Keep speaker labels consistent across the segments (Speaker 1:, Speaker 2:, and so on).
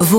Speaker 1: Vous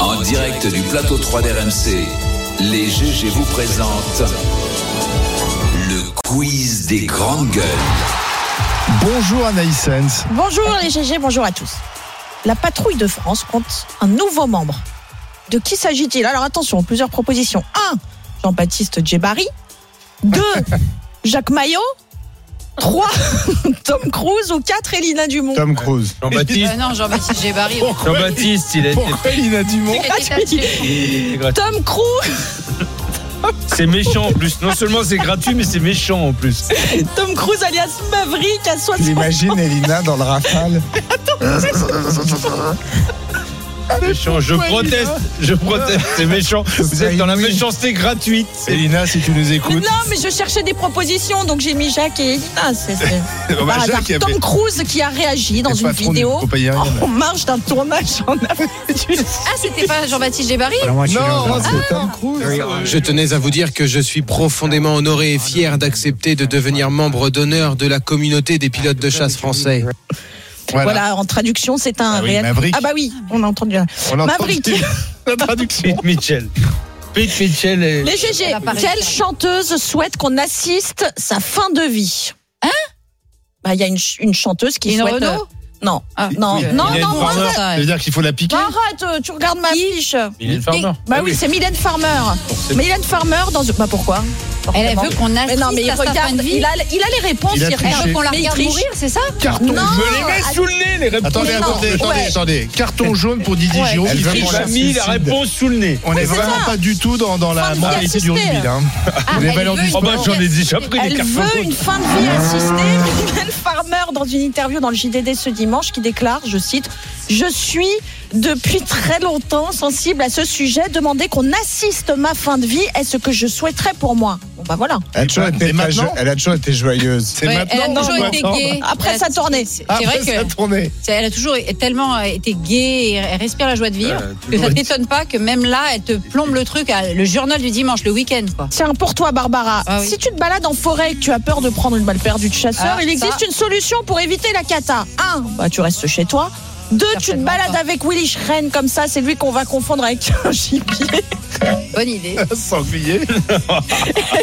Speaker 2: En direct du plateau 3 d'RMC, les GG vous présentent le quiz des grandes gueules.
Speaker 3: Bonjour Anaïs Sens.
Speaker 4: Bonjour les GG, bonjour à tous. La patrouille de France compte un nouveau membre. De qui s'agit-il Alors attention, plusieurs propositions. 1. Jean-Baptiste Djebari. 2. Jacques Maillot. 3. Tom Cruise. Ou 4. Elina Dumont.
Speaker 3: Tom Cruise.
Speaker 5: Jean-Baptiste,
Speaker 6: Euh, non, Jean-Baptiste Gébari.
Speaker 5: Jean-Baptiste, il a été
Speaker 3: Pourquoi il a du monde
Speaker 5: c'est gratuit.
Speaker 4: Tom Cruise,
Speaker 5: C'est méchant en plus. Non seulement c'est gratuit, mais c'est méchant en plus.
Speaker 4: Tom Cruise alias Maverick à 60
Speaker 3: J'imagine Elina dans le rafale.
Speaker 5: Méchant. Je proteste, je proteste. C'est méchant. hein. Vous êtes dans la méchanceté gratuite. C'est-
Speaker 3: Elina, si tu nous
Speaker 4: Mais
Speaker 3: écoutes.
Speaker 4: non, mais je cherchais des propositions, donc j'ai mis Jacques et Elina. C'est c'est
Speaker 3: Bah,
Speaker 4: par hasard.
Speaker 3: Jacques, il y avait-
Speaker 4: Tom Cruise qui a réagi dans
Speaker 3: Les
Speaker 4: une
Speaker 3: patrons du
Speaker 4: vidéo
Speaker 3: groupe Aérien.
Speaker 4: en marge d'un tournage en Afrique du Sud.
Speaker 6: Ah, c'était pas Jean-Baptiste Gébari
Speaker 3: Non, c'est Tom Cruise.
Speaker 7: Je tenais à vous dire que je suis profondément honoré et fier d'accepter de devenir membre d'honneur de la communauté des pilotes de chasse français.
Speaker 3: Voilà.
Speaker 4: Voilà. en traduction, c'est un
Speaker 3: Ah oui,
Speaker 4: réel-
Speaker 3: Maverick.
Speaker 4: Ah bah oui, on a entendu.
Speaker 3: On entend
Speaker 4: Maverick.
Speaker 3: la traduction.
Speaker 5: Pete Mitchell. Pete Mitchell est.
Speaker 4: Les GG,
Speaker 6: Elle apparaît.
Speaker 4: quelle chanteuse souhaite qu'on assiste sa fin de vie Hein Bah il y a une, ch- une chanteuse qui
Speaker 6: Lynn
Speaker 4: souhaite.
Speaker 6: Renaud
Speaker 4: euh, non,
Speaker 6: Ah.
Speaker 4: non,
Speaker 3: Oui,
Speaker 4: non,
Speaker 5: Mylène
Speaker 4: non,
Speaker 5: Farmer.
Speaker 4: arrête,
Speaker 3: Ça veut dire qu'il faut la piquer
Speaker 4: arrête, euh, tu regardes ma fiche.
Speaker 5: Mylène Farmer.
Speaker 4: Bah
Speaker 5: Ah
Speaker 4: oui,
Speaker 5: oui.
Speaker 4: c'est Mylène Farmer.
Speaker 5: Forcément.
Speaker 4: Mylène Farmer dans. Bah pourquoi
Speaker 6: Elle elle
Speaker 4: Forcément.
Speaker 6: veut qu'on
Speaker 4: Mais
Speaker 6: assiste
Speaker 4: non, mais il
Speaker 6: à sa fin
Speaker 4: regarde,
Speaker 6: de vie.
Speaker 4: il a, il a les réponses,
Speaker 3: Il a
Speaker 6: Elle
Speaker 4: regarde.
Speaker 6: veut qu'on la
Speaker 4: Mais il
Speaker 6: regarde
Speaker 4: triche.
Speaker 6: mourir, c'est ça
Speaker 3: Carton
Speaker 4: Non.
Speaker 3: jaune.
Speaker 5: Je les mets sous le nez, les réponses.
Speaker 3: Attendez,
Speaker 4: Mais non,
Speaker 3: attendez,
Speaker 4: ouais.
Speaker 3: attendez, attendez. Carton jaune pour Didier
Speaker 4: Ouais.
Speaker 3: Giraud.
Speaker 4: Elle
Speaker 3: qui
Speaker 4: veut
Speaker 3: triche.
Speaker 4: qu'on
Speaker 5: On a mis la réponse sous le nez.
Speaker 3: On est
Speaker 4: c'est
Speaker 3: vraiment
Speaker 4: ça.
Speaker 3: pas du tout dans, dans la
Speaker 4: Fin de vie
Speaker 3: mentalité du
Speaker 4: assistée.
Speaker 3: rugby. là, hein.
Speaker 6: Ah,
Speaker 3: les
Speaker 6: elle
Speaker 3: valeurs
Speaker 6: veut
Speaker 3: du
Speaker 6: une
Speaker 5: Oh bah
Speaker 6: fin
Speaker 5: j'en ai
Speaker 6: de vie.
Speaker 5: déjà pris des
Speaker 4: Elle
Speaker 5: cartons.
Speaker 4: veut une fin de vie assistée. Mylène Farmer, dans une interview dans le JDD ce dimanche, qui déclare, je cite, Je suis depuis très longtemps sensible à ce sujet, demander qu'on assiste ma fin de vie est ce que je souhaiterais pour moi. Bon bah voilà.
Speaker 8: Elle a toujours été
Speaker 3: Et maintenant
Speaker 8: jo- elle a toujours été joyeuse.
Speaker 3: C'est
Speaker 6: Ouais, elle a
Speaker 3: maintenant.
Speaker 6: toujours
Speaker 3: qu'on
Speaker 6: été
Speaker 3: attend.
Speaker 6: gaie.
Speaker 4: Après
Speaker 6: Elle a-
Speaker 4: sa tournée. Ah.
Speaker 6: C'est c'est vrai
Speaker 3: Après sa
Speaker 6: que
Speaker 3: tournée.
Speaker 6: c'est- elle a toujours tellement euh, été gaie et elle respire la joie de vivre
Speaker 5: Euh,
Speaker 6: que ça
Speaker 5: toujours.
Speaker 6: t'étonne pas que même là, elle te plombe le truc, à- le journal du dimanche, le week-end, quoi.
Speaker 4: Tiens, pour toi, Barbara,
Speaker 6: Ah oui.
Speaker 4: si tu te balades en forêt et que tu as peur de prendre une balle perdue de chasseur,
Speaker 6: Ah,
Speaker 4: il existe
Speaker 6: ça.
Speaker 4: une solution pour éviter la cata. 1. Bah, tu restes chez toi. 2. Tu te
Speaker 6: Certainement
Speaker 4: balades
Speaker 6: pas.
Speaker 4: avec Willy Schren comme ça, c'est lui qu'on va confondre avec un gibier.
Speaker 6: Bonne idée.
Speaker 3: Sanglier.
Speaker 4: 3.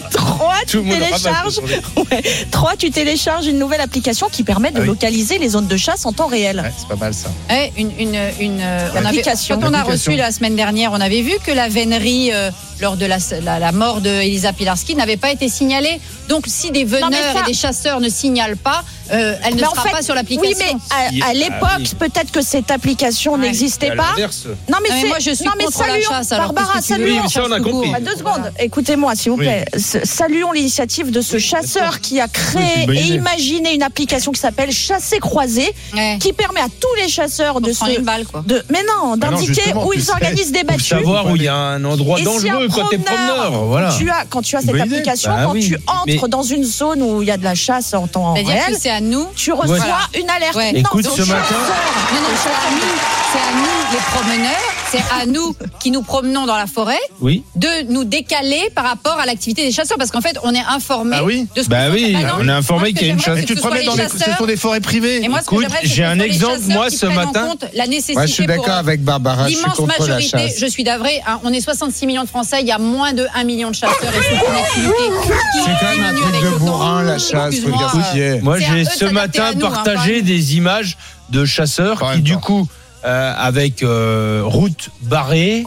Speaker 5: Tout
Speaker 4: Tu
Speaker 5: le monde
Speaker 4: télécharges.
Speaker 5: ramasse aujourd'hui.
Speaker 4: Ouais. Trois, tu télécharges une nouvelle application qui permet de
Speaker 3: Ah oui.
Speaker 4: localiser les zones de chasse en temps réel.
Speaker 3: Ouais, c'est pas mal ça.
Speaker 6: Ouais, Hein, une, une, une, euh, on avait,
Speaker 4: L'application.
Speaker 6: quand on a
Speaker 3: L'application.
Speaker 6: reçu la semaine dernière, on avait vu que la vénerie euh, lors de la, la, la mort de Elisa Pilarski n'avait pas été signalée. Donc, si des veneurs
Speaker 4: mais ça-
Speaker 6: et des chasseurs ne signalent pas, euh, elle ne
Speaker 4: Mais en
Speaker 6: sera
Speaker 4: fait,
Speaker 6: pas sur
Speaker 4: Oui,
Speaker 6: l'application.
Speaker 4: mais à, à
Speaker 5: Ah
Speaker 4: l'époque,
Speaker 5: oui.
Speaker 4: peut-être que cette application
Speaker 6: Ouais.
Speaker 4: n'existait
Speaker 5: À
Speaker 4: pas.
Speaker 5: l'inverse.
Speaker 4: Non, mais,
Speaker 6: Non, mais
Speaker 4: c'est-
Speaker 6: moi, je suis
Speaker 4: non, mais
Speaker 6: contre la
Speaker 4: saluons,
Speaker 6: chasse. Alors,
Speaker 4: Barbara,
Speaker 6: qu'est-ce que tu veux
Speaker 4: saluons.
Speaker 5: Oui, mais ça, on a
Speaker 6: Chasse tout
Speaker 5: compris.
Speaker 6: court.
Speaker 4: Ah, deux secondes, écoutez-moi s'il vous
Speaker 3: Oui.
Speaker 4: plaît. S- Saluons l'initiative de ce chasseur qui a
Speaker 3: c'est
Speaker 4: créé
Speaker 3: une bonne
Speaker 4: et
Speaker 3: idée.
Speaker 4: imaginé une application qui s'appelle Chasser Croisé,
Speaker 6: Ouais,
Speaker 4: qui permet à tous les chasseurs
Speaker 6: pour
Speaker 4: de
Speaker 6: prendre
Speaker 4: se.
Speaker 6: une balle, quoi.
Speaker 4: De, mais non,
Speaker 3: Bah non,
Speaker 4: d'indiquer
Speaker 3: justement,
Speaker 4: où
Speaker 3: tu
Speaker 4: ils
Speaker 3: sais,
Speaker 4: organisent des
Speaker 5: Pour
Speaker 4: battues.
Speaker 5: savoir où il y a un endroit
Speaker 4: Et si
Speaker 5: dangereux
Speaker 4: un
Speaker 5: quand t'es
Speaker 4: promeneur-
Speaker 5: promeneur. Voilà.
Speaker 4: Tu as, quand tu as cette
Speaker 5: Bonne idée.
Speaker 4: application,
Speaker 5: Bah
Speaker 4: quand
Speaker 5: oui,
Speaker 4: tu entres
Speaker 5: mais-
Speaker 4: dans une zone où il y a de la chasse en temps
Speaker 6: C'est-à-dire
Speaker 4: réel,
Speaker 6: Bah, que c'est à nous.
Speaker 4: tu reçois
Speaker 6: Voilà.
Speaker 4: une alerte.
Speaker 6: Ouais.
Speaker 5: Écoute,
Speaker 4: donc
Speaker 5: ce matin-
Speaker 4: chasseur-
Speaker 6: Non, non, c'est à nous, c'est à nous, les promeneurs, c'est à nous qui nous promenons dans la forêt
Speaker 5: Oui.
Speaker 6: de nous décaler par rapport à l'activité des chasseurs parce qu'en fait on est informé
Speaker 3: Ah oui.
Speaker 6: de ce
Speaker 5: Bah
Speaker 6: qu'on fait.
Speaker 5: oui,
Speaker 6: non.
Speaker 5: on est informé
Speaker 6: Moi, ce que
Speaker 5: qu'il y a une
Speaker 6: j'aimerais,
Speaker 5: chasse.
Speaker 6: c'est
Speaker 3: Et
Speaker 6: que
Speaker 3: tu te
Speaker 6: ce soit
Speaker 3: promènes
Speaker 6: les
Speaker 3: dans les, ce
Speaker 6: chasseurs.
Speaker 3: sont des forêts privées.
Speaker 6: Et moi, ce que
Speaker 5: Écoute,
Speaker 6: j'aimerais, c'est
Speaker 5: j'ai
Speaker 6: que
Speaker 5: un
Speaker 6: ce soit les
Speaker 5: exemple,
Speaker 6: chasseurs
Speaker 5: moi,
Speaker 6: qui
Speaker 5: ce
Speaker 6: prennent en
Speaker 5: matin.
Speaker 6: compte la nécessité
Speaker 8: Moi, je suis
Speaker 6: pour
Speaker 8: d'accord
Speaker 6: eux.
Speaker 8: avec Barbara, je suis
Speaker 6: L'immense
Speaker 8: contre la
Speaker 6: majorité,
Speaker 8: chasse.
Speaker 6: je suis d'avré, hein, on est 66 millions de Français, il y a moins de 1 million de chasseurs et c'est une activité qui
Speaker 8: C'est quand même un
Speaker 6: diminue
Speaker 8: truc
Speaker 6: avec
Speaker 8: de
Speaker 6: le temps.
Speaker 8: bourrin, la chasse, faut le
Speaker 6: Excuse-moi,
Speaker 8: dire ce qui
Speaker 6: euh,
Speaker 8: est.
Speaker 5: Moi,
Speaker 6: C'est à eux
Speaker 5: j'ai
Speaker 6: de
Speaker 5: ce
Speaker 6: s'adapter à
Speaker 5: matin
Speaker 6: nous, hein,
Speaker 5: partagé
Speaker 6: pas-
Speaker 5: des images de chasseurs
Speaker 3: Pas
Speaker 5: qui,
Speaker 3: même
Speaker 5: du
Speaker 3: pas.
Speaker 5: coup, euh, avec euh, route barrée,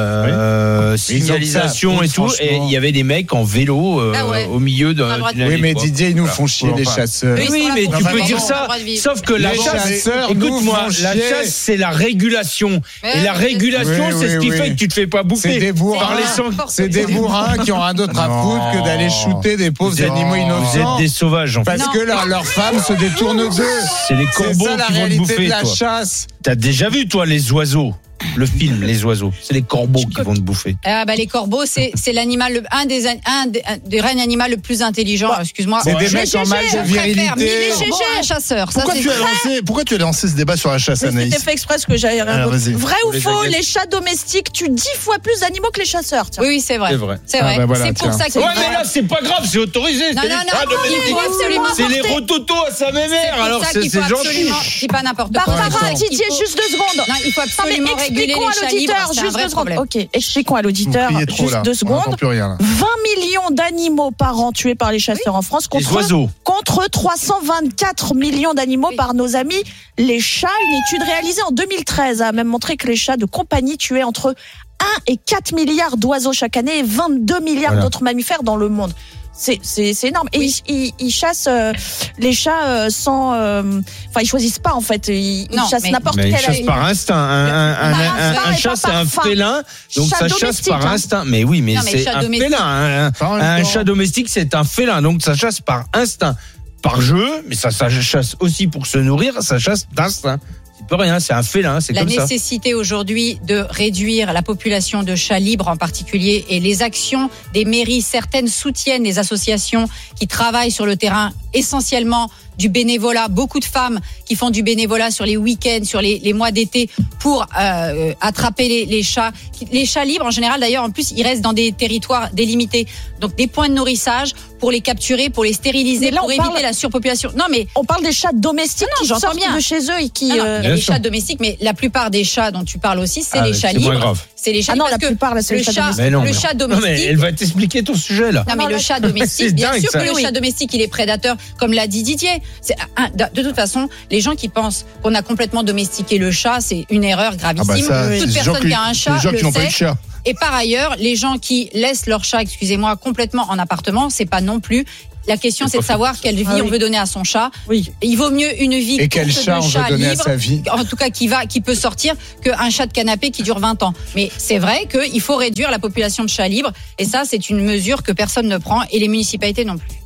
Speaker 5: euh, signalisation
Speaker 8: ça,
Speaker 5: et tout, et
Speaker 8: franchement.
Speaker 5: il y avait des mecs en vélo euh,
Speaker 6: Ah ouais.
Speaker 5: au milieu de.
Speaker 6: Pas le droit de-
Speaker 5: d'une
Speaker 8: Oui,
Speaker 5: allée,
Speaker 8: mais
Speaker 5: quoi.
Speaker 8: Didier, ils nous font chier,
Speaker 3: Bon,
Speaker 8: les
Speaker 3: enfin.
Speaker 8: chasseurs.
Speaker 6: Eux, ils
Speaker 5: Oui,
Speaker 6: sont là
Speaker 5: mais
Speaker 6: pour
Speaker 5: tu
Speaker 6: vivre,
Speaker 5: peux
Speaker 6: ils
Speaker 5: dire
Speaker 6: ont le
Speaker 5: ça.
Speaker 6: droit de vivre.
Speaker 5: Sauf que la
Speaker 8: Les
Speaker 5: chasse,
Speaker 8: chasseurs nous
Speaker 5: écoute-moi,
Speaker 8: font
Speaker 5: la
Speaker 8: chier.
Speaker 5: chasse, c'est la régulation.
Speaker 6: Ouais,
Speaker 5: Et la
Speaker 6: ouais.
Speaker 5: régulation,
Speaker 8: Oui,
Speaker 5: c'est ce
Speaker 8: oui,
Speaker 5: qui
Speaker 8: oui.
Speaker 5: fait que tu te fais pas
Speaker 8: C'est
Speaker 5: bouffer.
Speaker 8: des bourrins.
Speaker 5: Par les sangs.
Speaker 8: C'est des bourrins qui ont rien d'autre à
Speaker 3: Non.
Speaker 8: foutre que d'aller shooter des pauvres
Speaker 3: Vous êtes-
Speaker 8: animaux
Speaker 5: Vous êtes
Speaker 8: innocents.
Speaker 5: des sauvages, en fait.
Speaker 8: Parce
Speaker 6: Non.
Speaker 8: que leur- leurs femmes se détournent d'eux.
Speaker 5: C'est les
Speaker 8: C'est
Speaker 5: corbeaux
Speaker 8: ça la
Speaker 5: qui vont te
Speaker 8: réalité de
Speaker 5: bouffer,
Speaker 8: la
Speaker 5: toi.
Speaker 8: chasse.
Speaker 5: T'as déjà vu, toi, les oiseaux le film, les oiseaux. C'est les corbeaux qui vont te bouffer.
Speaker 6: Ah bah, les corbeaux, c'est c'est l'animal, le- un des, an- un des, un des règnes animaux le plus intelligent. Excuse-moi.
Speaker 8: C'est des
Speaker 6: Je-
Speaker 8: mecs en
Speaker 6: je-
Speaker 8: mal
Speaker 6: je
Speaker 8: de
Speaker 6: préfère
Speaker 8: virilité. hein.
Speaker 6: mille et Gégé à un chasseur. Ça,
Speaker 3: Pourquoi
Speaker 6: c'est-
Speaker 3: tu, as lancé, pourquoi tu as lancé ce débat sur la chasse,
Speaker 4: Mais
Speaker 3: Anaïs
Speaker 4: C'était fait exprès ce que
Speaker 5: Ah,
Speaker 4: j'avais rien
Speaker 3: Alors,
Speaker 4: d'autre.
Speaker 3: vas-y.
Speaker 4: Vrai ou
Speaker 5: Les
Speaker 4: faux,
Speaker 5: agaces.
Speaker 4: les chats domestiques tuent 10 fois plus d'animaux que les chasseurs. tiens.
Speaker 6: Oui, oui, c'est vrai.
Speaker 5: C'est vrai.
Speaker 6: C'est
Speaker 8: Ah,
Speaker 6: vrai.
Speaker 8: bah, voilà,
Speaker 6: c'est pour
Speaker 8: tiens.
Speaker 6: ça que c'est
Speaker 5: Ouais,
Speaker 6: vrai.
Speaker 5: mais là, c'est pas grave, c'est autorisé. c'est
Speaker 6: Non, non,
Speaker 5: les-
Speaker 6: non,
Speaker 5: Ah,
Speaker 6: non,
Speaker 5: mais
Speaker 6: il faut absolument
Speaker 5: C'est les
Speaker 6: apporter.
Speaker 5: rototos à sa
Speaker 6: C'est
Speaker 5: mémère,
Speaker 6: pour
Speaker 5: alors
Speaker 6: ça
Speaker 5: c'est
Speaker 6: qu'il
Speaker 5: c'est
Speaker 6: faut
Speaker 5: gentil.
Speaker 6: absolument- Je dis pas n'importe quoi.
Speaker 4: Barbara,
Speaker 6: Il faut-
Speaker 4: Didier, juste deux secondes.
Speaker 6: Non, il faut
Speaker 4: Non, mais
Speaker 6: absolument réguler
Speaker 4: expliquons
Speaker 6: les
Speaker 4: à
Speaker 6: chats libres.
Speaker 4: l'auditeur,
Speaker 6: C'est un
Speaker 4: juste
Speaker 6: vrai
Speaker 4: deux secondes.
Speaker 6: problème.
Speaker 4: Ok, expliquons à
Speaker 3: Vous
Speaker 4: l'auditeur,
Speaker 3: criez trop
Speaker 4: juste
Speaker 3: là.
Speaker 4: deux
Speaker 3: On n'entend
Speaker 4: secondes.
Speaker 3: plus rien là.
Speaker 4: 20 millions d'animaux par an tués par les chasseurs en France
Speaker 5: Les
Speaker 4: contre,
Speaker 5: oiseaux.
Speaker 4: contre 324 millions d'animaux
Speaker 6: Oui.
Speaker 4: par nos amis les chats. Une étude réalisée en 2013 a même montré que les chats de compagnie tuaient entre 1 et 4 milliards d'oiseaux chaque année et 22 milliards
Speaker 5: Voilà.
Speaker 4: d'autres mammifères dans le monde. C'est- C'est c'est énorme. Et ils, ils- ils chassent euh, les chats euh, sans. euh, Enfin, ils choisissent pas en fait. Ils, ils
Speaker 6: Non,
Speaker 4: chassent
Speaker 6: mais-
Speaker 4: n'importe
Speaker 5: Mais
Speaker 4: quel.
Speaker 5: une chasse par instinct. Un, un, un,
Speaker 4: Par
Speaker 5: un-
Speaker 4: instinct
Speaker 5: un
Speaker 4: et
Speaker 5: chat,
Speaker 4: pas
Speaker 5: c'est
Speaker 4: par
Speaker 5: un
Speaker 4: faim.
Speaker 5: félin, donc
Speaker 4: Chat
Speaker 5: ça chasse
Speaker 4: domestique,
Speaker 5: par
Speaker 4: hein.
Speaker 5: instinct. Mais oui, mais
Speaker 6: Non, mais
Speaker 5: c'est
Speaker 6: chat
Speaker 5: un
Speaker 6: domestique.
Speaker 5: félin. Un, un- un chat domestique, c'est un félin, donc ça chasse par instinct. Par jeu, mais ça, ça chasse aussi pour se nourrir, ça chasse d'instinct. C'est pas rien, c'est un félin, c'est
Speaker 6: La
Speaker 5: comme ça.
Speaker 6: nécessité aujourd'hui de réduire la population de chats libres en particulier et les actions des mairies, certaines soutiennent les associations qui travaillent sur le terrain essentiellement du bénévolat, beaucoup de femmes qui font du bénévolat sur les week-ends, sur les, les mois d'été pour euh, attraper les, les chats. Les chats libres en général d'ailleurs en plus ils restent dans des territoires délimités, donc des points de nourrissage pour les capturer, pour les stériliser,
Speaker 4: Mais là,
Speaker 6: pour
Speaker 4: on
Speaker 6: éviter
Speaker 4: parle-
Speaker 6: la surpopulation. Non mais
Speaker 4: On parle des chats domestiques
Speaker 6: Ah Non, non,
Speaker 4: qui
Speaker 6: j'entends
Speaker 4: sortent
Speaker 6: bien. Ah
Speaker 4: de chez eux et qui.
Speaker 6: non, non,
Speaker 4: euh,
Speaker 6: il y a les
Speaker 5: Bien sûr.
Speaker 6: chats domestiques, mais la plupart des chats dont tu parles aussi, c'est
Speaker 5: Ah,
Speaker 6: les
Speaker 5: mais
Speaker 6: chats
Speaker 5: c'est moins
Speaker 6: libres.
Speaker 5: grave.
Speaker 6: C'est les chats
Speaker 4: Ah non, la
Speaker 6: libres. parce que
Speaker 4: plupart, là, c'est
Speaker 6: le
Speaker 4: les chats
Speaker 6: chat,
Speaker 4: domestiques.
Speaker 5: Mais non,
Speaker 6: le
Speaker 5: mais-
Speaker 6: chat
Speaker 5: Non, mais
Speaker 6: domestique.
Speaker 5: elle va t'expliquer ton sujet là.
Speaker 6: Non, mais le chat
Speaker 5: C'est
Speaker 6: domestique, bien
Speaker 5: dingue,
Speaker 6: sûr
Speaker 5: ça.
Speaker 6: que le
Speaker 5: Oui.
Speaker 6: chat domestique, il est prédateur, comme l'a dit Didier. C'est un- de toute façon, les gens qui pensent qu'on a complètement domestiqué le chat, c'est une erreur gravissime.
Speaker 3: Ah bah c'est
Speaker 6: Toute
Speaker 3: les gens
Speaker 6: personne qui a un chat
Speaker 3: les gens
Speaker 6: le
Speaker 3: qui n'ont pas eu
Speaker 6: sait.
Speaker 3: de chat.
Speaker 6: Et par ailleurs, les gens qui laissent leur chat, excusez-moi, complètement en appartement, c'est pas non plus. La question,
Speaker 5: C'est
Speaker 6: c'est
Speaker 5: pas
Speaker 6: de savoir quelle vie
Speaker 4: Ah
Speaker 6: on
Speaker 4: oui.
Speaker 6: veut donner à son chat.
Speaker 4: Oui.
Speaker 6: Il vaut mieux une vie
Speaker 8: Et quel
Speaker 6: courte de
Speaker 8: chat on veut donner à
Speaker 6: libre
Speaker 8: sa vie
Speaker 6: en tout cas qui va, qui peut sortir, qu'un chat de canapé qui dure 20 ans. Mais c'est vrai qu'il faut réduire la population de chats libres, et ça, c'est une mesure que personne ne prend, et les municipalités non plus.